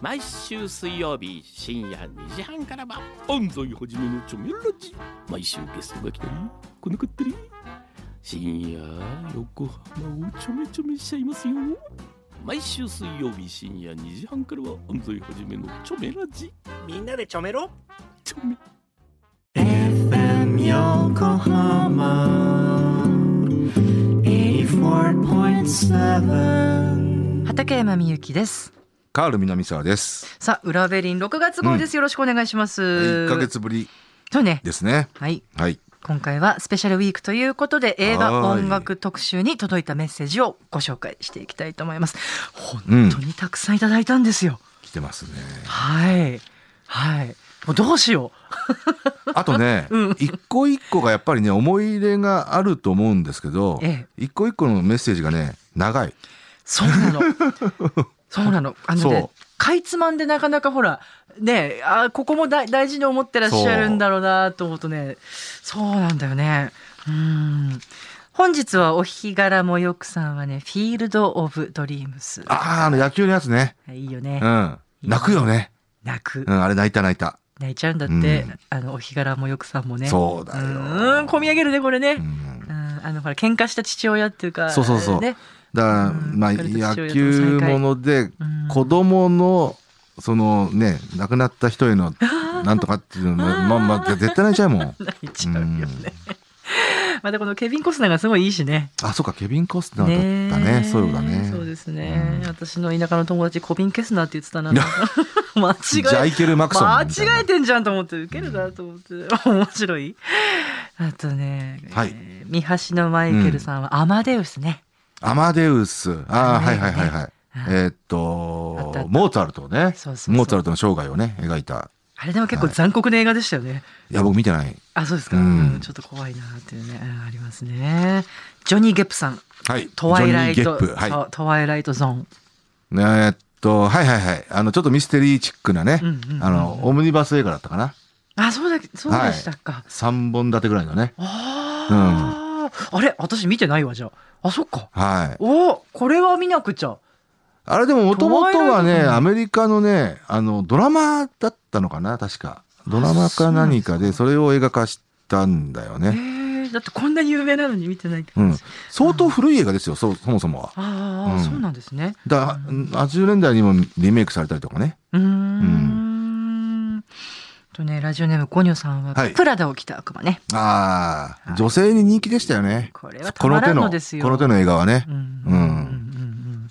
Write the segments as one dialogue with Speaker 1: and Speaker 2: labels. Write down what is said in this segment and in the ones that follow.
Speaker 1: 毎週水曜日深夜2時半からは安西はじめのチョメラジ毎週ゲストが来たり来なかったり深夜横浜をちょめちょめしちゃいますよ毎週水曜日深夜2時半からは安西はじめのチョメラジ
Speaker 2: みんなでちょめろ
Speaker 1: チョメ
Speaker 3: FM Yokohama 84.7
Speaker 4: 畠山みゆきです
Speaker 5: カール南沢です。
Speaker 4: さあ裏ベリン6月号です、よろしくお願いします
Speaker 5: 一ヶ月ぶり
Speaker 4: そうね
Speaker 5: ですね。
Speaker 4: はい
Speaker 5: はい。
Speaker 4: 今回はスペシャルウィークということで映画
Speaker 5: はい
Speaker 4: 音楽特集に届いたメッセージをご紹介していきたいと思います本当にたくさんいただいたんですよ、
Speaker 5: 来 てますね。
Speaker 4: はいはいもうどうしよ
Speaker 5: あとね、一個一個がやっぱりね、思い入れがあると思うんですけど
Speaker 4: ええ、
Speaker 5: 一個一個のメッセージがね、長い。
Speaker 4: うそうな のそうなのあの
Speaker 5: そ
Speaker 4: ね
Speaker 5: う
Speaker 4: かいつまんでなかなかほらねあーここも大大事に思ってらっしゃるんだろうなと思うとねそうなんだよねうん本日はお日柄もよくさんはねフィールド・オブ・ドリームス
Speaker 5: ああ、あの野球のやつね。
Speaker 4: いいよね、
Speaker 5: うん。泣くよね。
Speaker 4: 泣く
Speaker 5: うん、あれ泣いた泣いた。
Speaker 4: 泣いちゃうんだって、
Speaker 5: うん
Speaker 4: あのお日柄もよくさんもね
Speaker 5: そうだよ
Speaker 4: ん込み上げるねこれね、う
Speaker 5: うんん
Speaker 4: あのほら喧嘩した父親っていうか
Speaker 5: そうそうそう
Speaker 4: ね、
Speaker 5: だから、
Speaker 4: うん
Speaker 5: まあ、
Speaker 4: 彼と父親との
Speaker 5: 野球もので
Speaker 4: うん、
Speaker 5: 子供の、そのね、亡くなった人 への、なんとかっていうの、まあまあ、絶対泣いちゃうもん。
Speaker 4: 泣いち
Speaker 5: う
Speaker 4: ゃうよね
Speaker 5: ん、
Speaker 4: またこのケビン・コスナーがすごいいいしね
Speaker 5: あ、そうか、ケビン・コスナーだったね。
Speaker 4: え
Speaker 5: そうだね。
Speaker 4: そうですね、
Speaker 5: うん
Speaker 4: 私の田舎の友達コビン・ケスナーって言ってたな 間違
Speaker 5: ジャイ
Speaker 4: え
Speaker 5: ケル・マクソン
Speaker 4: 間
Speaker 5: みたいな。
Speaker 4: 違えてんじゃんと思ってウケるなと思って、面白いあとね、
Speaker 5: はい
Speaker 4: えー三橋のマイケルさんは「アマデウスね」
Speaker 5: アマデウス。ああ、はいはいはいはい。
Speaker 4: うん
Speaker 5: えーっ
Speaker 4: あったあった
Speaker 5: と、モーツァルトをね
Speaker 4: そうそうそう
Speaker 5: モーツァルトの生涯をね、描いた。
Speaker 4: あれでも結構残酷な映画でしたよね、
Speaker 5: いや、僕見てない。
Speaker 4: あそうですか、
Speaker 5: うん
Speaker 4: うんちょっと怖いなっていうねうんありますねジョニー・ゲップさん
Speaker 5: はい。
Speaker 4: 「トワイライ
Speaker 5: ジョ
Speaker 4: ト
Speaker 5: ニー・ゲップ。」
Speaker 4: そ
Speaker 5: は
Speaker 4: うトワイライトゾーン」
Speaker 5: い。ねえーっと、はいはいはい。あの、ちょっとミステリーチックなね
Speaker 4: うんうんうんう、ん
Speaker 5: あの、オムニバス映画だったかな。
Speaker 4: あそうだそうでしたか、
Speaker 5: 3本立てぐらいのね。
Speaker 4: あーあれ私見てないわじゃああそっか
Speaker 5: はい。
Speaker 4: おーこれは見なくちゃ
Speaker 5: あれでも、もともとは
Speaker 4: トワイライ
Speaker 5: ね、
Speaker 4: トゾーン
Speaker 5: アメリカのね、あの、ドラマだったのかな、確か。ドラマか何かで、それを映画化したんだよ
Speaker 4: え
Speaker 5: ね。
Speaker 4: ー、だってこんなに有名なのに見てないって
Speaker 5: う
Speaker 4: 感
Speaker 5: ん
Speaker 4: じ、。
Speaker 5: 相当古い映画ですよ、そそもそもは。
Speaker 4: ああ、
Speaker 5: うん
Speaker 4: そうなんですね
Speaker 5: だ80年代にもリメイクされたりとかね。
Speaker 4: うーんとねラジオネームゴニョさんは、
Speaker 5: はい
Speaker 4: プラダを着た悪魔ね
Speaker 5: あ
Speaker 4: は
Speaker 5: あ、
Speaker 4: い
Speaker 5: 女性に人気でしたよね。
Speaker 4: これはたまらんのですよ
Speaker 5: この手のこの手の映画はね
Speaker 4: う。ん
Speaker 5: う
Speaker 4: う
Speaker 5: ん
Speaker 4: んうんうん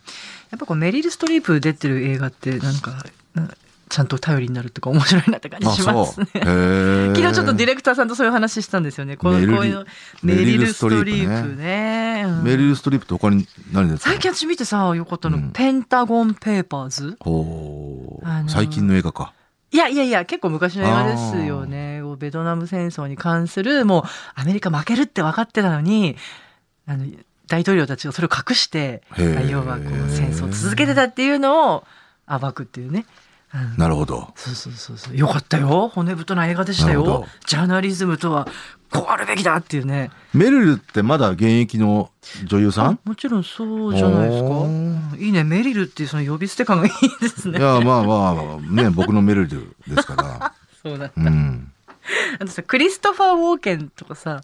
Speaker 4: やっぱこうメリル・ストリープ出てる映画ってなんかなちゃんと頼りになるとか面白いなって感 じしますね。
Speaker 5: へー
Speaker 4: 昨日ちょっとディレクターさんとそういう話したんですよね。この
Speaker 5: メリル
Speaker 4: こういうのメリル・ストリ
Speaker 5: メリル
Speaker 4: ー
Speaker 5: スト
Speaker 4: プ
Speaker 5: リープ
Speaker 4: ね。うん
Speaker 5: メリル・ストリップと他に何ですか
Speaker 4: 最近私見てさ、よかったの、
Speaker 5: うん
Speaker 4: ペンタゴン・ペーパーズ
Speaker 5: ほう
Speaker 4: あのー
Speaker 5: 最近の映画か。
Speaker 4: いやいやいや、結構昔の映画ですよね。こうベトナム戦争に関する、もうアメリカ負けるって分かってたのに、あの、大統領たちがそれを隠して、
Speaker 5: へー
Speaker 4: 要はこう戦争を続けてたっていうのを暴くっていうね。うん
Speaker 5: なるほど。
Speaker 4: そうそうそうそう。よかったよ。骨太な映画でした
Speaker 5: なるほ
Speaker 4: よ
Speaker 5: ど。
Speaker 4: ジャーナリズムとは、こうあるべきだっていうね。
Speaker 5: メリルってまだ現役の女優さん
Speaker 4: もちろんそうじゃないですか。
Speaker 5: おー
Speaker 4: うんいいね。メリルっていうその呼び捨て感がいいです
Speaker 5: い
Speaker 4: ね。
Speaker 5: や、まあまあまあ、ね、僕のメリルですか
Speaker 4: そうだ。
Speaker 5: ら。うん。
Speaker 4: あとさ、クリストファー・ウォーケンとかさ、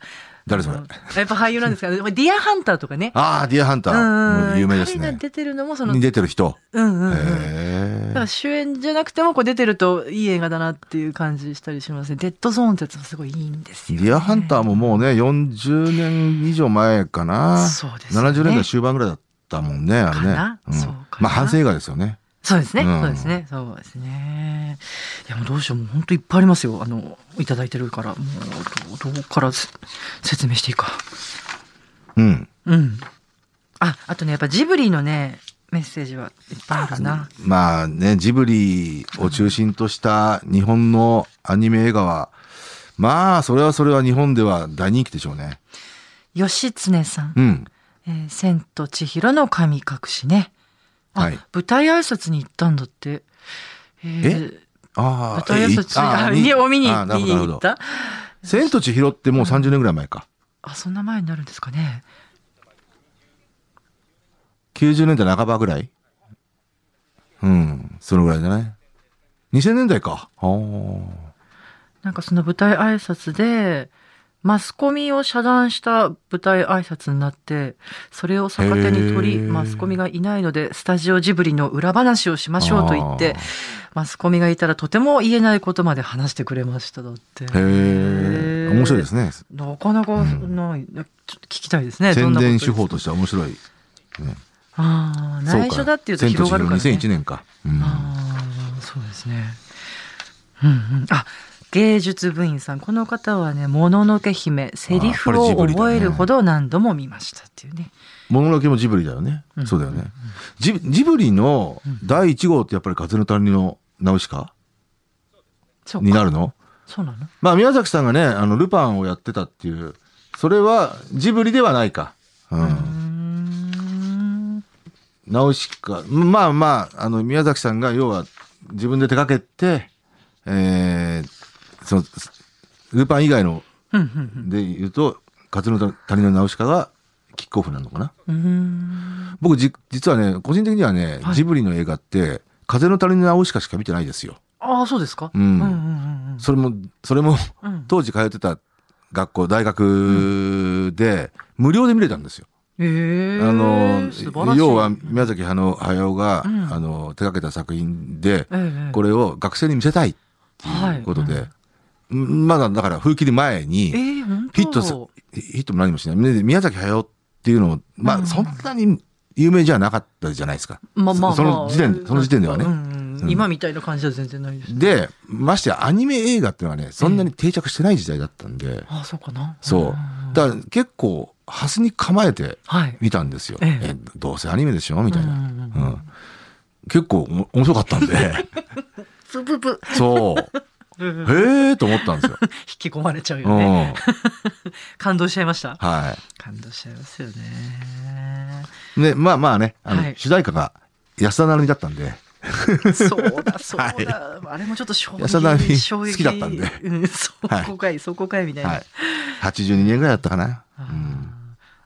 Speaker 5: 誰それ
Speaker 4: あのやっぱ俳優なんです けど、ディアハンターとかね。
Speaker 5: ああ、ディアハンタ
Speaker 4: うんう
Speaker 5: ー。
Speaker 4: ん
Speaker 5: 有名です
Speaker 4: 彼
Speaker 5: ね
Speaker 4: が。出てるのもその、う
Speaker 5: に
Speaker 4: ん
Speaker 5: 出てる人。
Speaker 4: うんうん。
Speaker 5: へ
Speaker 4: だ
Speaker 5: え
Speaker 4: から主演じゃなくてもこう出てるといい映画だなっていう感じしたりしますね。デッドゾーンってやつもすごいいいんです
Speaker 5: デ
Speaker 4: よ。
Speaker 5: ィアハンターももうね、40年以上前かな。
Speaker 4: そうですね
Speaker 5: 70年代終盤ぐらいだったもんね、あれね。
Speaker 4: かな
Speaker 5: うん
Speaker 4: そうかな
Speaker 5: まあ、反省映画ですよね。
Speaker 4: そうですね、
Speaker 5: うん
Speaker 4: そうですね。そうですね。いやもうどうしよう。もう本当いっぱいありますよ。あの、いただいてるから、もうどう、どうからせ説明していいか。
Speaker 5: うん。
Speaker 4: うん。あ、あとね、やっぱジブリのね、メッセージはいっぱいあるな。
Speaker 5: まあね、ジブリを中心とした日本のアニメ映画は、まあ、それはそれは日本では大人気でしょうね。
Speaker 4: 義経さん。
Speaker 5: うん。
Speaker 4: えー千と千尋の神隠しね。あ、
Speaker 5: はい
Speaker 4: 舞台挨拶に行ったんだって。えー舞
Speaker 5: ああ、
Speaker 4: 台挨拶あにを見に
Speaker 5: あなる
Speaker 4: 見
Speaker 5: ほ
Speaker 4: に行っ
Speaker 5: どなるほど。
Speaker 4: た
Speaker 5: 千と千尋ってもう30年ぐらい前か。
Speaker 4: あ、そんな前になるんですかね。
Speaker 5: 90年代半ばぐらいうん、そのぐらいじゃない2000年代か。あー
Speaker 4: なんかその舞台挨拶で、マスコミを遮断した舞台挨拶になって、それを逆手に取り、
Speaker 5: へー
Speaker 4: マスコミがいないので、スタジオジブリの裏話をしましょうと言って
Speaker 5: あ、
Speaker 4: マスコミがいたらとても言えないことまで話してくれましただって。。
Speaker 5: へえ。面白いですすね。
Speaker 4: なかなか
Speaker 5: うん
Speaker 4: ない、ちょっと聞きたいですね。
Speaker 5: 宣伝手法
Speaker 4: と。
Speaker 5: としては面白い。
Speaker 4: ああ、内緒だっていうと広がるから、ね。
Speaker 5: 千と千尋2001年か。うん
Speaker 4: ああ、そうですね。うんうん。あ、芸術部員さん、この方はね、もののけ姫、セリフを覚えるほど何度も見ましたっていうね。
Speaker 5: もののけもジブリだよね
Speaker 4: う。ん
Speaker 5: そうだよね。ジブジブリの第1号ってやっぱり風の谷のナウシカ
Speaker 4: そうか
Speaker 5: になるの
Speaker 4: そうなの
Speaker 5: まあ宮崎さんがね、あの、ルパンをやってたっていう、それはジブリではないか。う
Speaker 4: うー
Speaker 5: ん。
Speaker 4: ん。
Speaker 5: ナウシカ、まあまあ、あの、宮崎さんが要は自分で手掛けて、えー、その、ルパン以外の
Speaker 4: うんうん
Speaker 5: で言うと、風の谷のナウシカがキックオフなのかな。
Speaker 4: うん。うーん。
Speaker 5: 僕じ、実はね、個人的にはね、
Speaker 4: はい
Speaker 5: ジブリの映画って、風の谷のナウシカしか見てないですよ。
Speaker 4: ああ、そうですか。
Speaker 5: うん
Speaker 4: うんうんうん
Speaker 5: それも、それも、
Speaker 4: うん。うん
Speaker 5: 当時通ってた学校、大学で、無料で見れたんですよ。
Speaker 4: ええ
Speaker 5: あの
Speaker 4: 素晴らしい。
Speaker 5: 要は宮崎駿駿が、
Speaker 4: うん
Speaker 5: あの手掛けた作品で、
Speaker 4: ええ
Speaker 5: これを学生に見せたいっていうことで、
Speaker 4: は
Speaker 5: うんまだだから風切り前
Speaker 4: え
Speaker 5: に
Speaker 4: え本当
Speaker 5: ヒットす、ヒットも何もしないで宮崎駿っていうのをま
Speaker 4: う
Speaker 5: あ
Speaker 4: ん
Speaker 5: そんなに有名じゃなかったじゃないですか、
Speaker 4: まあまあまあ
Speaker 5: その時点その時点ではね、
Speaker 4: うんうん今みたいな感じは全然ないです。
Speaker 5: でましてやアニメ映画っていうのはねそんなに定着してない時代だったんで、
Speaker 4: ああ、そうかな。
Speaker 5: そ
Speaker 4: ん
Speaker 5: うんだから結構ハスに構えて
Speaker 4: はい。
Speaker 5: 見たんですよ、
Speaker 4: ええ
Speaker 5: えどうせアニメでしょみたいな、
Speaker 4: うんうんうん
Speaker 5: うん結構おも面白かっ たんで、
Speaker 4: プププ。
Speaker 5: そう、
Speaker 4: うんうん
Speaker 5: へえと思ったんですよ。
Speaker 4: 引き込まれちゃう
Speaker 5: う
Speaker 4: よ
Speaker 5: ん、
Speaker 4: ね。
Speaker 5: は
Speaker 4: 感動しちゃいました。
Speaker 5: い。
Speaker 4: 感動しちゃいますよね。
Speaker 5: ね、まあまあね、あの、
Speaker 4: はい
Speaker 5: 主題歌が安田成美だったんで、
Speaker 4: そう だ、そうだ、あれもちょっと衝
Speaker 5: 安田成美
Speaker 4: 撃。衝撃
Speaker 5: 好きだったんで
Speaker 4: うん、そ
Speaker 5: はい
Speaker 4: こかい、そこかいみたいな。
Speaker 5: はい。82年ぐらいだったかな。う
Speaker 4: あー
Speaker 5: ん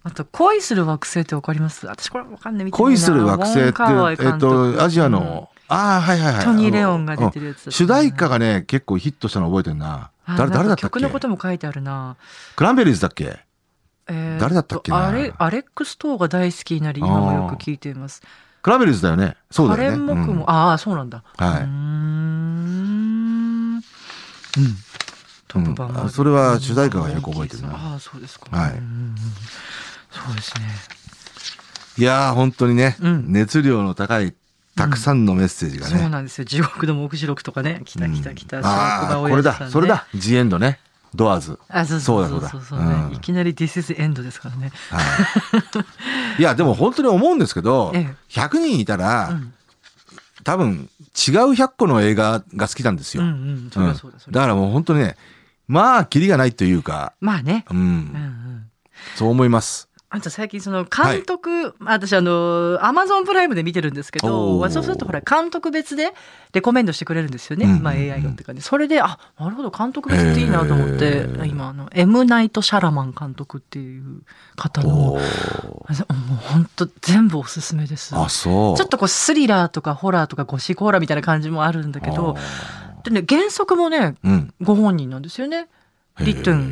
Speaker 4: あと、恋する惑星ってわかります私これわかんないみたいな。
Speaker 5: 恋する惑星っ
Speaker 4: ウォンカーワイ
Speaker 5: て、えっ
Speaker 4: 監督
Speaker 5: と、アジアの、ああ、はいはいはい。
Speaker 4: トニー・レオンが出てる
Speaker 5: る。
Speaker 4: やつ、
Speaker 5: うん主題歌がね、結構ヒットしたの覚えてるな。
Speaker 4: あ
Speaker 5: 誰、
Speaker 4: な
Speaker 5: 誰だっ
Speaker 4: んか
Speaker 5: たっけ
Speaker 4: 曲のことも書いてあるな。
Speaker 5: クランベリーズだっけ
Speaker 4: えー
Speaker 5: 誰だったっけな
Speaker 4: アレアレックス・トーが大好きになり、今もよく聞いています。
Speaker 5: クランベリーズだよね。そうだよ
Speaker 4: カレ
Speaker 5: ね。
Speaker 4: ンモクも、
Speaker 5: うん
Speaker 4: ああ、そうなんだ。
Speaker 5: はいう
Speaker 4: ーん。うん。トップバン
Speaker 5: うんあそれは主題歌がよく覚えてるな
Speaker 4: ああ、そうですか。
Speaker 5: はい
Speaker 4: うんうんうんそうですね。
Speaker 5: いやー、本当にね、
Speaker 4: うん
Speaker 5: 熱量の高い、たくさんのメッセージがね。
Speaker 4: そうなんですよ。地獄の目視録とかね。来た来た来た。
Speaker 5: う
Speaker 4: シ
Speaker 5: ん
Speaker 4: ャーク
Speaker 5: あ
Speaker 4: が
Speaker 5: あ
Speaker 4: 親
Speaker 5: これ
Speaker 4: 父さんね
Speaker 5: だ、それ。だ、ジエンドね、ドアーズ。
Speaker 4: あ、そうそうそう
Speaker 5: そうだ
Speaker 4: そ
Speaker 5: そう
Speaker 4: う
Speaker 5: だ
Speaker 4: そうね
Speaker 5: うん
Speaker 4: いきなり This is end ですからね。
Speaker 5: はい、いや、でも本当に思うんですけど
Speaker 4: ええ、
Speaker 5: 100人いたら、
Speaker 4: うん
Speaker 5: 多分違う100個の映画が好きなんです
Speaker 4: う
Speaker 5: よ。
Speaker 4: ん
Speaker 5: うん
Speaker 4: うん。それはそうだ。それ
Speaker 5: だ
Speaker 4: は
Speaker 5: からもう本当にね、まあ、キリがないというか、
Speaker 4: まあね。
Speaker 5: うん、
Speaker 4: うんうん。
Speaker 5: そう思います。
Speaker 4: あと最近その監督、まあ私あの、アマゾンプライムで見てるんですけ
Speaker 5: お
Speaker 4: ど、
Speaker 5: ー
Speaker 4: そうするとほら監督別でレコメンドしてくれるんですよね。
Speaker 5: うん
Speaker 4: まあ AI がっていうかね。それで、あ、なるほど監督別っていいなと思っ
Speaker 5: へ
Speaker 4: て、
Speaker 5: ー
Speaker 4: 今あの、エムナイト・シャラマン監督っていう方の、も
Speaker 5: お
Speaker 4: う
Speaker 5: ー
Speaker 4: 本当全部おすすめです。
Speaker 5: あ、そう。
Speaker 4: ちょっとこうスリラーとかホラーとかゴシコーラみたいな感じもあるんだけど、
Speaker 5: あ
Speaker 4: でね、原作もね、
Speaker 5: ー、うん。
Speaker 4: ご本人なんですよね。リットン、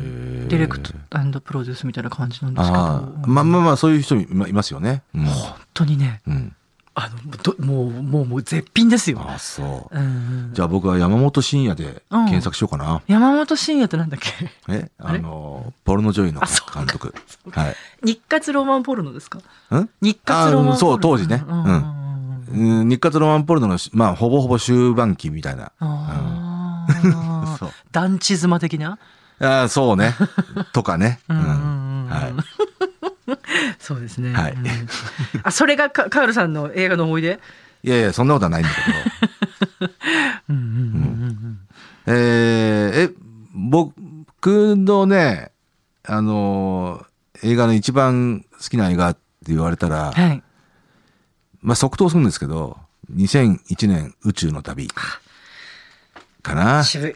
Speaker 5: ン
Speaker 4: ディレクトプロデュースみたいな感じなんですけど。
Speaker 5: ああ、まあまあまあ、そういう人いまいますよね。うん
Speaker 4: 本当にね、
Speaker 5: うん。
Speaker 4: あのどもうもうもう絶品ですよ。
Speaker 5: ああ、そ
Speaker 4: う
Speaker 5: う。
Speaker 4: ん、
Speaker 5: じゃあ僕は山本慎也で検索しようかな。
Speaker 4: 山本慎也ってなんだっけ
Speaker 5: え
Speaker 4: あ
Speaker 5: あ
Speaker 4: れ
Speaker 5: の、ポルノ女優の
Speaker 4: あそうか
Speaker 5: 監督。
Speaker 4: そうか
Speaker 5: はい。
Speaker 4: 日活ロマンポルノですか
Speaker 5: うん
Speaker 4: 日活ロマンポルノ
Speaker 5: あうんそう当時ね
Speaker 4: うんうんうんうん
Speaker 5: うん日活ロマンポルノのし、まあ、ほぼほぼ終盤期みたいな。
Speaker 4: あー
Speaker 5: そう。
Speaker 4: 団地妻的な、
Speaker 5: ああ、そ うね。とかね。
Speaker 4: う
Speaker 5: うんん
Speaker 4: うんうんうん
Speaker 5: は
Speaker 4: そうですね。
Speaker 5: は い
Speaker 4: うんあ、それがカカールさんの映画の思い出。
Speaker 5: い。いやいや、そんなことはないんだけど。
Speaker 4: うんうんうん
Speaker 5: えーえ、僕のね、あのー映画の一番好きな映画って言われたら
Speaker 4: うん。、はい。
Speaker 5: まあ、即答するんですけど、2001年宇宙の旅。かな。
Speaker 4: 渋い。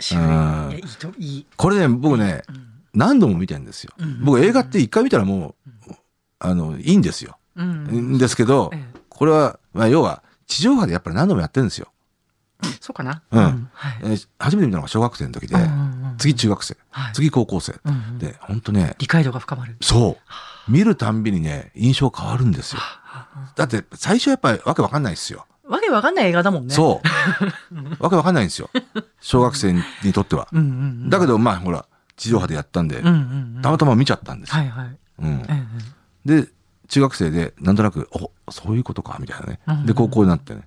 Speaker 4: 渋い。い
Speaker 5: うん
Speaker 4: やいいといい。
Speaker 5: これね、僕ね、
Speaker 4: うん
Speaker 5: 何度も見てんですよ
Speaker 4: うん。
Speaker 5: 僕映画って一回見たらもう、あの、いいんですよ。
Speaker 4: うん
Speaker 5: んですけど
Speaker 4: ええ、
Speaker 5: これは、まあ要は、地上波でやっぱり何度もやってるんですよ。
Speaker 4: そうかな。
Speaker 5: うん
Speaker 4: はい。
Speaker 5: えー初めて見たのが小学生の時で、
Speaker 4: うんうん
Speaker 5: 次中学生、
Speaker 4: はい
Speaker 5: 次高校生。
Speaker 4: うんうん
Speaker 5: で、本当ね、
Speaker 4: 理解度が深まる。
Speaker 5: そう。見るたんびにね、印象変わるんですよ。だって、最初やっぱりわけわかんないですよ。
Speaker 4: わけわかんない映画だもんね。
Speaker 5: そう。わけわかんないんですよ。小学生にとっては。
Speaker 4: う。うんうんうん。
Speaker 5: だけど、まあ、ほら、地上波でやったんで、
Speaker 4: うんうんうん。
Speaker 5: たまたま見ちゃったんですよ。
Speaker 4: はいはい。
Speaker 5: うん
Speaker 4: えええ
Speaker 5: で、中学生で、なんとなく、おそういうことか、みたいなね
Speaker 4: うんうん。
Speaker 5: で、高校になってね。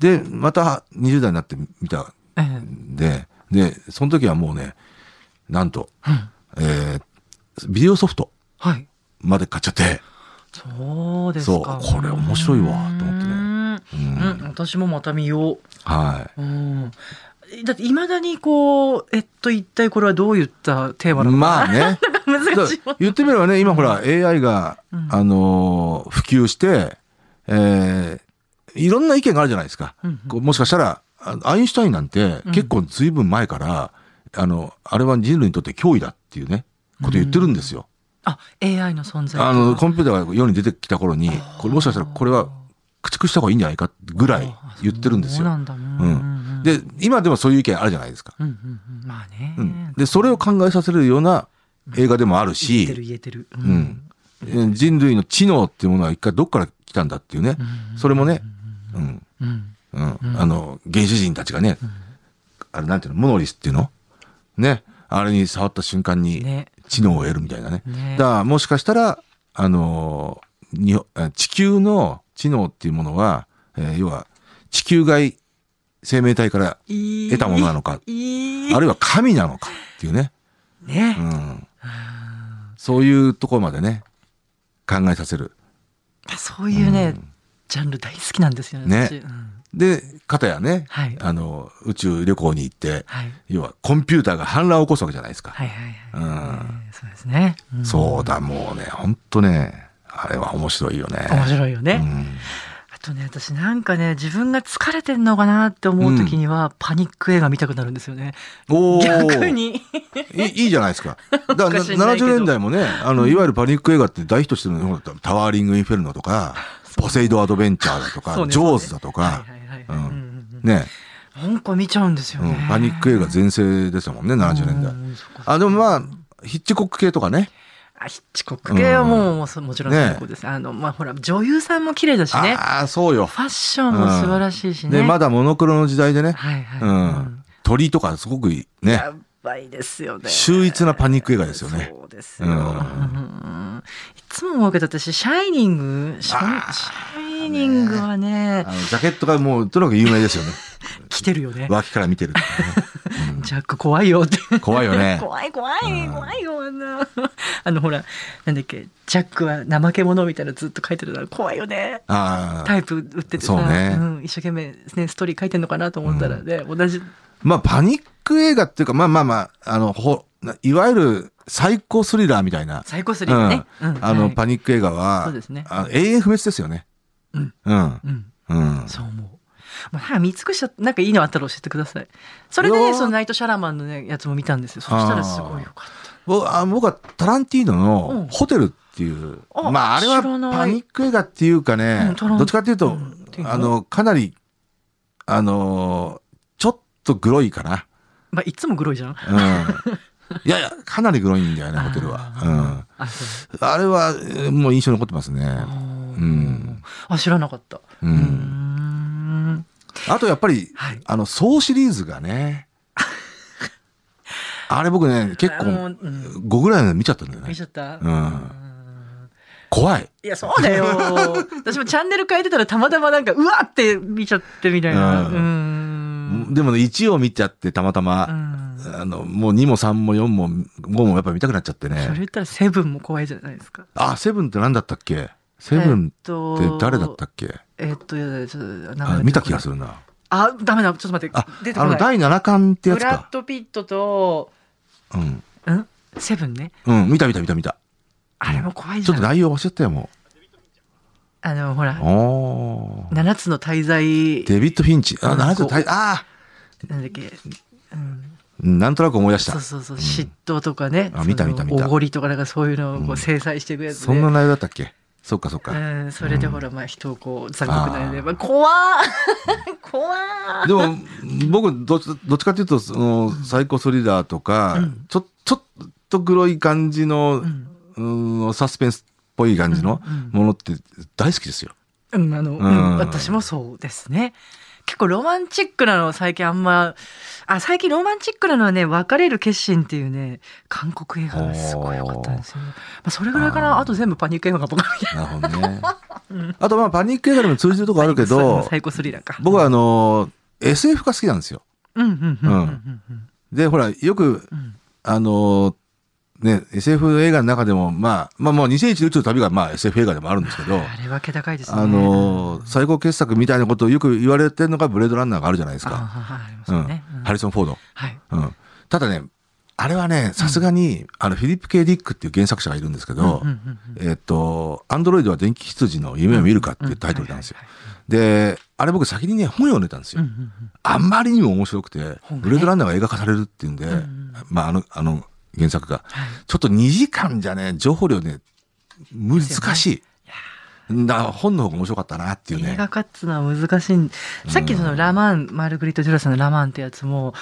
Speaker 5: で、また20代になって見た
Speaker 4: ええ
Speaker 5: んで、で、その時はもうね、なんと、
Speaker 4: えうん
Speaker 5: えービデオソフト
Speaker 4: はい。
Speaker 5: まで買っちゃって、
Speaker 4: そうですか。
Speaker 5: そうこれ面白いわと思ってね
Speaker 4: ね。
Speaker 5: う
Speaker 4: うんん、私もまた見よう。
Speaker 5: はい。
Speaker 4: うん。だって、いまだにこう、えっと、一体これはどういったテーマなのか
Speaker 5: まあね。
Speaker 4: 難しいもん。
Speaker 5: 言ってみればね、今ほら AI が、
Speaker 4: うん
Speaker 5: あのー普及して、えーいろんな意見があるじゃないですか。
Speaker 4: うんうん
Speaker 5: こうもしかしたら、あアインシュタインなんて
Speaker 4: うん
Speaker 5: 結構ずいぶん前から、あの、あれは人類にとって脅威だっていうね、こと言ってるんですよ。
Speaker 4: あ、AI の存在。
Speaker 5: あの、コンピューターが世に出てきた頃に、これもしかしたらこれは駆逐した方がいいんじゃないかぐらい言ってるんです
Speaker 4: そうな
Speaker 5: よ。
Speaker 4: んだ。うん
Speaker 5: う
Speaker 4: うんうん
Speaker 5: ん。、で、今でもそういう意見あるじゃないですか。
Speaker 4: うんうんうんまあね。
Speaker 5: うん。で、それを考えさせるような映画でもあ
Speaker 4: 言
Speaker 5: る
Speaker 4: って
Speaker 5: し
Speaker 4: る、言えてる。う
Speaker 5: うん。人類の知能っていうものは一回どっから来たんだっていうね。それもね、うん。
Speaker 4: うん。
Speaker 5: うん。あの、原始人たちがね、あれなんていうの、モノリスっていうのね。あれに触った瞬間に
Speaker 4: ね
Speaker 5: 知能を得るみたいなね。
Speaker 4: ね
Speaker 5: だからもしかしたら、あのーにあ地球の知能っていうものは、えー要は地球外生命体から
Speaker 4: 得
Speaker 5: 得たものなのか、
Speaker 4: いい。
Speaker 5: あるいは神なのかっていうね。
Speaker 4: ね
Speaker 5: う。ん。そういうところまでね、考えさせる。
Speaker 4: そういうね、ジャンル大好きなんですよね。
Speaker 5: ね
Speaker 4: 私うん
Speaker 5: で、かたやね、
Speaker 4: はい
Speaker 5: あの、宇宙旅行に行って、
Speaker 4: はい。
Speaker 5: 要はコンピューターが反乱を起こすわけじゃないですか。
Speaker 4: はいはいはい。
Speaker 5: う
Speaker 4: ね
Speaker 5: ん
Speaker 4: そうですね。うん
Speaker 5: そうだ、もうね、ほんとね、あれは面白いよね。
Speaker 4: 面白いよね。あとね、私なんかね、自分が疲れてんのかなって思う時には、パニック映画見たくなるんですよね。
Speaker 5: うん、おー
Speaker 4: 逆に。
Speaker 5: いいいいじゃないです か。だからな
Speaker 4: 昔ないけど
Speaker 5: 70年代もね、あの、いわゆるパニック映画って大ヒットしてるのよ。タワーリングインフェルノと か、ポセイドアドベンチャーだと
Speaker 4: そう
Speaker 5: か、
Speaker 4: ね
Speaker 5: ジョーズだと か
Speaker 4: はい、はいはいは
Speaker 5: う
Speaker 4: い。うんん
Speaker 5: ね、
Speaker 4: なんか見ちゃうんですよ
Speaker 5: うん
Speaker 4: ね。
Speaker 5: パニック映画全盛でしたもんね、70年代。
Speaker 4: うんそっか
Speaker 5: あ、でもまあ、ヒッチコック系とかね。
Speaker 4: あヒッチコック系はもう、もうそもちろん
Speaker 5: ね
Speaker 4: 最高です。あの、まあ、ほら、女優さんも綺麗だしね。
Speaker 5: ああ、そうよ
Speaker 4: フ。ァッションも素晴らしいしね。
Speaker 5: で、まだモノクロの時代でね、
Speaker 4: はいはい。
Speaker 5: うん。鳥とかすごくいいね、
Speaker 4: やばいですよね。
Speaker 5: 秀逸なパニック映画ですよね。
Speaker 4: そうですよ。
Speaker 5: う
Speaker 4: うんんいつも思うけど、私、シャイニング、シャイシャイニングはね
Speaker 5: あ、の、ジャケットがもう、とにかく有名ですよね。
Speaker 4: 来てるよね。
Speaker 5: 脇から見てるっていうね。
Speaker 4: ジャック怖いよって。
Speaker 5: 怖いよね
Speaker 4: 怖い怖
Speaker 5: う
Speaker 4: い
Speaker 5: ん
Speaker 4: 怖いよあんな。あのほらなんだっけジャックは怠け者みたいなのずっと書いてるから怖いよね。
Speaker 5: あ
Speaker 4: タ
Speaker 5: あ。
Speaker 4: イプ売っててさ、
Speaker 5: そうね
Speaker 4: ん、一生懸命、ね、ストーリー書いてんのかなと思ったらね、同じ
Speaker 5: まあ、パニック映画っていうか、まあまあまあ、あの、ほ、ないわゆる、最高スリラーみたいな。
Speaker 4: サイコスリーね。
Speaker 5: うん
Speaker 4: うん
Speaker 5: あの、
Speaker 4: はい
Speaker 5: パニック映画は、
Speaker 4: そうですね
Speaker 5: あの永遠不滅ですよね。
Speaker 4: うん。
Speaker 5: う
Speaker 4: う
Speaker 5: ん。
Speaker 4: ん、
Speaker 5: うん。
Speaker 4: そう思う。まあ、なんか見尽くした、なんかいいのあったら教えてください。それで
Speaker 5: う
Speaker 4: ね、
Speaker 5: わ
Speaker 4: そのナイト・シャラマンのね、やつも見たんですよ。そしたらすごいよかった。
Speaker 5: 僕あ僕はタランティーノ
Speaker 4: うん
Speaker 5: のホテルっていう、
Speaker 4: あ
Speaker 5: まああれは
Speaker 4: 知らない
Speaker 5: パニック映画っていうかね
Speaker 4: う、んタラン
Speaker 5: どっちかっていう
Speaker 4: う
Speaker 5: と
Speaker 4: ん、
Speaker 5: あの、かなり、あのー、ちょっとグロいかな。
Speaker 4: まあ、いつもグロいじゃん。
Speaker 5: うん。いやいや、かなりグロいんだよね、ホテルは。うん。
Speaker 4: あ、そう。
Speaker 5: あれは、えーもう印象に残ってますね。ん
Speaker 4: あ、知らなかった。
Speaker 5: うん
Speaker 4: うーん
Speaker 5: あとやっぱり、
Speaker 4: はい
Speaker 5: あの、そうシリーズが ね、あれ僕ね、結
Speaker 4: あのう
Speaker 5: 構、
Speaker 4: ん
Speaker 5: 5ぐらいまで見ちゃったんだよね
Speaker 4: 見ち。ゃった
Speaker 5: うん
Speaker 4: ん
Speaker 5: 怖い。
Speaker 4: いや、そう だよ。私もチャンネル変えてたらたまたまなんか、うわって見ちゃってみたいな。う
Speaker 5: うん
Speaker 4: ーん。
Speaker 5: でもね、1を見ちゃって、たまたま、
Speaker 4: うん
Speaker 5: あの、もう2も3も4も5もやっぱ見たくなっちゃって
Speaker 4: それ
Speaker 5: ね。
Speaker 4: 言ったらセブンも怖いじゃないですか。
Speaker 5: あ、セブンって何だったっけセブン
Speaker 4: えっと
Speaker 5: って誰だったっけ、
Speaker 4: えっと、いやちょっと、名
Speaker 5: あ
Speaker 4: 前
Speaker 5: 見た気がするな。
Speaker 4: あ、ダメだ。ちょっと待って
Speaker 5: あ。、
Speaker 4: 出て
Speaker 5: あ
Speaker 4: こな
Speaker 5: の、
Speaker 4: い。
Speaker 5: 第7巻ってや
Speaker 4: ブ
Speaker 5: つ
Speaker 4: ラッ
Speaker 5: か。
Speaker 4: ド・ピットと、
Speaker 5: うん。
Speaker 4: んセブンね。
Speaker 5: うん、見た見た見た見た。
Speaker 4: あれも怖い
Speaker 5: ち
Speaker 4: じ
Speaker 5: ょ
Speaker 4: ゃ
Speaker 5: っと
Speaker 4: ん。
Speaker 5: 内容忘れちゃったよ、も
Speaker 4: あの、ほ
Speaker 5: う。
Speaker 4: ら、
Speaker 5: おー。
Speaker 4: 七つの大罪、
Speaker 5: デビッド・フィンチ。あ、
Speaker 4: うん
Speaker 5: なんと
Speaker 4: こう
Speaker 5: 大、あ
Speaker 4: なんだっけ。うん
Speaker 5: ーうんなんとなく思い出し
Speaker 4: そ
Speaker 5: た
Speaker 4: う。そうそう、嫉妬とかね。
Speaker 5: あ見た見た見た
Speaker 4: そのおごりとかなんかそういうのをこう制裁していくやつで。
Speaker 5: そんな内容だったっけそっかそっ
Speaker 4: う
Speaker 5: か。
Speaker 4: ん、それでほら、まあ人をこう、残酷なやれば、怖ー怖ー
Speaker 5: でも、僕、どっちどっちかというと、その、サイコスリラーとか、
Speaker 4: うん
Speaker 5: ちょ、ちょっと黒い感じの、うん、サスペンスっぽい感じのものって大好き ですよ。
Speaker 4: うん、あの、
Speaker 5: ん
Speaker 4: うん私もそうですね。結構ロマンチックなの最近あんま、あ、最近ロマンチックなのはね、別れる決心っていうね、韓国映画がすごい良かったんですよ。まあ、それぐらいかな。
Speaker 5: あー
Speaker 4: あと全部パニック映画が僕が見た
Speaker 5: なるほどね。あと、まあ、パニック映画でも通じるとこあるけ
Speaker 4: そう
Speaker 5: ど、
Speaker 4: サイコスリラーか。
Speaker 5: 僕はあの、SF が好きなんですよ。
Speaker 4: うん、うん、うん、うんうん
Speaker 5: で、ほら、よく、
Speaker 4: うん。
Speaker 5: あのね、SF 映画の中でも、まあ、まあもう2001宇宙の旅がまあ SF 映画でもあるんですけど、
Speaker 4: あれは気高いですね。
Speaker 5: あの最高傑作みたいなことをよく言われてるのがブレードランナーがあるじゃないです
Speaker 4: あ
Speaker 5: か。
Speaker 4: はいあります
Speaker 5: う
Speaker 4: よ
Speaker 5: ん。
Speaker 4: ね。うん
Speaker 5: ハリソン・フォード。
Speaker 4: はい。
Speaker 5: うん。ただね、あれはね、さすがに、あの、フィリップ・ケイ・ディックっていう原作者がいるんですけど、
Speaker 4: うんうんうんうん
Speaker 5: えっと、アンドロイドは電気羊の夢を見るかっていうタイトルなんですよ。で、あれ僕先にね、本読んでたんですよ。
Speaker 4: うんうんうん
Speaker 5: あんまりにも面白くて、
Speaker 4: 本ね
Speaker 5: ブレードランナーが映画化されるっていうんで、
Speaker 4: んうん
Speaker 5: まあ、あの、あの原作が。
Speaker 4: はい
Speaker 5: ちょっと2時間じゃね、情報量ね、難しい。だから本の方が面白かったなっていう
Speaker 4: 映
Speaker 5: ね。
Speaker 4: 画化っつうのは難しい。さっきそのラマン、マルグリット・ジュラさんのラマンってやつも、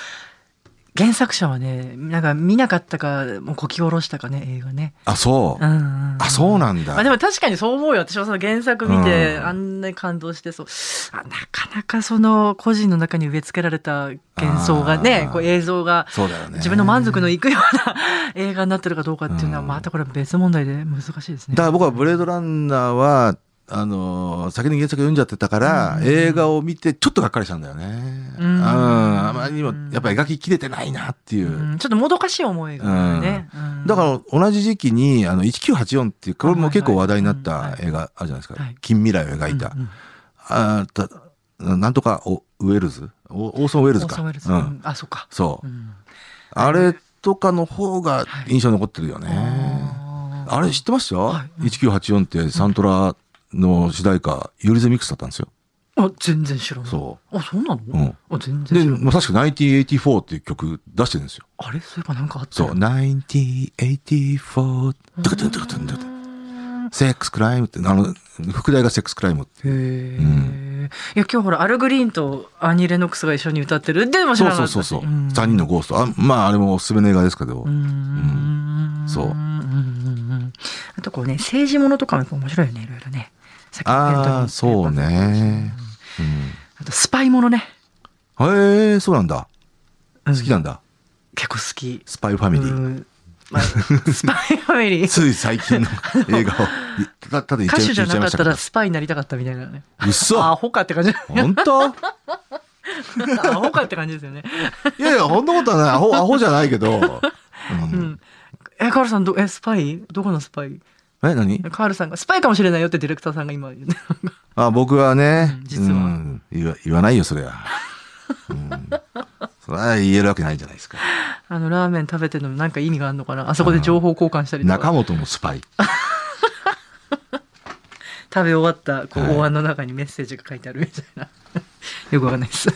Speaker 4: 原作者はね、なんか見なかったか、もうこき下ろしたかね、映画ね。
Speaker 5: あ、そう。
Speaker 4: うんうんうん
Speaker 5: あ、そうなん
Speaker 4: まあで
Speaker 5: だ。
Speaker 4: も確かにそう思うよ。私はその原作見て、
Speaker 5: うん
Speaker 4: あんなに感動して、そう。あなかなかその個人の中に植え付けられた幻想がね
Speaker 5: あ、ー
Speaker 4: こう映像が、
Speaker 5: そうだよね。
Speaker 4: 自分の満足のいくような 映画になってるかどうかっていうのは、
Speaker 5: うん
Speaker 4: またこれは別問題で難しいですね。
Speaker 5: だから僕はブレードランナーは、あのー先に原作読んじゃってたから、
Speaker 4: うん
Speaker 5: 映画を見てちょっとがっかりしたんだよね。
Speaker 4: うん
Speaker 5: うんあまりにも、やっぱり描ききれてないなっていう。
Speaker 4: うんちょっともどかしい思いがね。うん
Speaker 5: だから同じ時期に、あの、1984っていう、これも結構話題になった映画あるじゃないですか。
Speaker 4: はい
Speaker 5: 近未来を描いた。
Speaker 4: うんうん
Speaker 5: あーたなんとかおウェルズおオーソン・ウェルズか。
Speaker 4: オーソンウェルズ
Speaker 5: うん、
Speaker 4: あ、そうか。
Speaker 5: そう、
Speaker 4: うん
Speaker 5: あれとかの方が印象に残ってるよね。
Speaker 4: あー
Speaker 5: あれ知ってました、
Speaker 4: はい
Speaker 5: ?1984 ってサントラの主題歌、ユリズ・ミックスだったんですよ。
Speaker 4: あ、全然知らない。
Speaker 5: そ
Speaker 4: あ、そうなの
Speaker 5: ん
Speaker 4: あ、全
Speaker 5: う。
Speaker 4: 然
Speaker 5: で、
Speaker 4: 知らない。
Speaker 5: もう確か1984っていう曲出してるんですよ。
Speaker 4: あれそういえばなんかあった
Speaker 5: そう。
Speaker 4: よ。
Speaker 5: 1984、トゥクトゥントゥクトゥントゥクトゥンセックスクライムって、あの、副題がセックスクライムって。
Speaker 4: へえ。いや、今日ほら、アルグリーンとアニー・レノックスが一緒に歌ってる。でも知
Speaker 5: そ
Speaker 4: ら
Speaker 5: う
Speaker 4: なか
Speaker 5: そ
Speaker 4: っ
Speaker 5: う
Speaker 4: たし。
Speaker 5: そうそう。
Speaker 4: ん
Speaker 5: 3人のゴースト。あまあ、あれもおすすめの映画ですけど。
Speaker 4: うん
Speaker 5: そう
Speaker 4: うんうんうんあとこうね、政治ものとかもやっぱ面白いよね、いろいろね。さっきの
Speaker 5: ああ、そう。ね。
Speaker 4: あと、スパイものね。
Speaker 5: うん、へえ、そうなんだ。
Speaker 4: 好
Speaker 5: 好きなんだ。
Speaker 4: 結構好き。
Speaker 5: スパイファミリ
Speaker 4: う
Speaker 5: ー。
Speaker 4: んまあ、スパイファミリー。
Speaker 5: つい最近の映画を、いたただ言っ
Speaker 4: 歌
Speaker 5: ちゃ
Speaker 4: 手
Speaker 5: い
Speaker 4: じゃ
Speaker 5: 言っ
Speaker 4: ない
Speaker 5: ちゃ
Speaker 4: か
Speaker 5: ま
Speaker 4: っ
Speaker 5: し
Speaker 4: た
Speaker 5: たからら。
Speaker 4: スパイになりたかったみたいなね。
Speaker 5: うっそ
Speaker 4: あアホかって感じ。
Speaker 5: 本当
Speaker 4: アホかって感じですよね。
Speaker 5: いやいや、ほんなことはない。ア ホ、アホじゃないけど。う
Speaker 4: うんん。え、カールさん、ど、え、スパイどこのスパイ
Speaker 5: え、 何
Speaker 4: カールさんが、スパイかもしれないよってディレクターさんが今言 うね。
Speaker 5: あ、僕はね
Speaker 4: うん、実は
Speaker 5: うん言わ言わないよ、そりゃ。うんそれは言えるわけないじゃないですか。
Speaker 4: あの、ラーメン食べてるのもなんか意味があるのかなあそこで情報交換したりと
Speaker 5: 中
Speaker 4: か。
Speaker 5: 本もスパイ。
Speaker 4: 食べ終わった、こ、
Speaker 5: はいう
Speaker 4: お椀の中にメッセージが書いてあるみたいな。 よくわかんないです。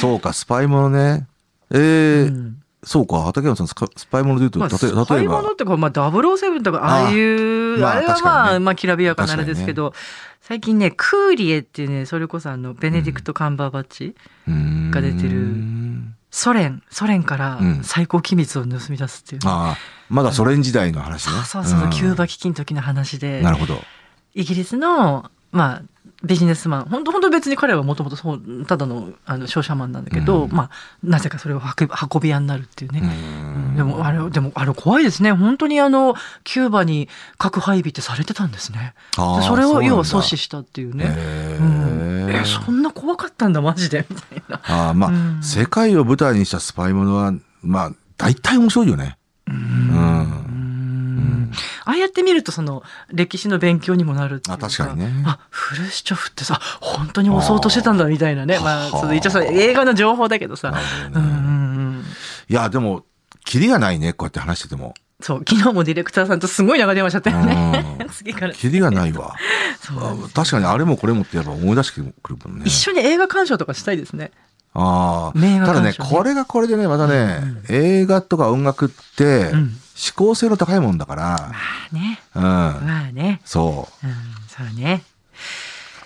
Speaker 5: そうか、スパイものね。えー
Speaker 4: うん
Speaker 5: そうか、畠山さん、スカスパイもので言
Speaker 4: ま
Speaker 5: う
Speaker 4: あ、
Speaker 5: と、たと
Speaker 4: 買
Speaker 5: 例
Speaker 4: い
Speaker 5: えば
Speaker 4: 物。ってか、まあ、007とか、ああいう、
Speaker 5: あ
Speaker 4: あ
Speaker 5: あ
Speaker 4: れは
Speaker 5: まあ確
Speaker 4: ま
Speaker 5: かにね
Speaker 4: あ、まあ、きらびやかなあれですけど、最近ね、クーリエっていうね、それこそあの、ベネディクト・カンバーバッチ。
Speaker 5: が
Speaker 4: が出てるソ連、ソ連から
Speaker 5: うん
Speaker 4: 最高機密を盗み出すっていう。
Speaker 5: ああ、まだソ連時代の話ね
Speaker 4: そう。そうそう、
Speaker 5: ん
Speaker 4: キューバ危機の時の話で
Speaker 5: な、るほど。
Speaker 4: イギリスの、まあ、ビジネスマン。本当本当別に彼はもともとそう、ただの、あの、商社マンなんだけど、
Speaker 5: うん
Speaker 4: まあ、なぜかそれを運び運び屋になるっていうね。
Speaker 5: うん
Speaker 4: でも、あれ、でも、あれ怖いですね。本当にあの、キューバに核配備ってされてたんですね。
Speaker 5: ああ
Speaker 4: それを、要は阻
Speaker 5: そうなん
Speaker 4: 止
Speaker 5: だ
Speaker 4: したっていうね。
Speaker 5: へ
Speaker 4: うん
Speaker 5: え
Speaker 4: え、そんな怖かったんだ、マジで、みたいな。
Speaker 5: ああまあ、
Speaker 4: うん
Speaker 5: 世界を舞台にしたスパイものは、まあ、大体面白いよね。うん。
Speaker 4: うんああやって見るとその歴史の勉強にもなるっていう
Speaker 5: あ確かにね
Speaker 4: あフルシチョフってさ本当に襲おうとしてたんだみたいなね
Speaker 5: あー
Speaker 4: まあその一応その映画の情報だけどさ、
Speaker 5: なるほ
Speaker 4: う
Speaker 5: ど
Speaker 4: んう
Speaker 5: ね
Speaker 4: んうん、
Speaker 5: いや、でも、キリがないね、こうやって話してても。
Speaker 4: そう昨日もディレクターさんとすごい長電話しちゃったよね
Speaker 5: うん
Speaker 4: 次から
Speaker 5: キリがないわ。
Speaker 4: そう
Speaker 5: あ確かにあれもこれもってやっぱ思い出してくるもんね。
Speaker 4: 一緒に映画鑑賞とかしたいですね
Speaker 5: ああ、
Speaker 4: 迷惑
Speaker 5: ただ
Speaker 4: 感
Speaker 5: ね、
Speaker 4: 傷ね
Speaker 5: これがこれでね、またね、映画とか音楽って、
Speaker 4: うん
Speaker 5: 思考性の高いもんだか
Speaker 4: まあね。
Speaker 5: ら、うん、
Speaker 4: まあね。
Speaker 5: そ
Speaker 4: うん、そうね。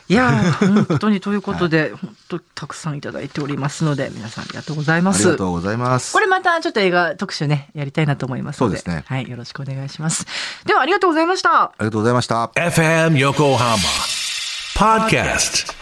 Speaker 4: いや ー、本当にということで、本当たくさんいただいておりますので、皆さんありがとうございま
Speaker 5: う。あり
Speaker 4: す
Speaker 5: がと。うございます。
Speaker 4: これまたちょっと映画特集ね、やりたいなと思いますので。
Speaker 5: そうですね
Speaker 4: はい、よろしくお願いします。では、ありがとうございました。
Speaker 5: ありがとうございました。
Speaker 2: FM Yokohama Podcast.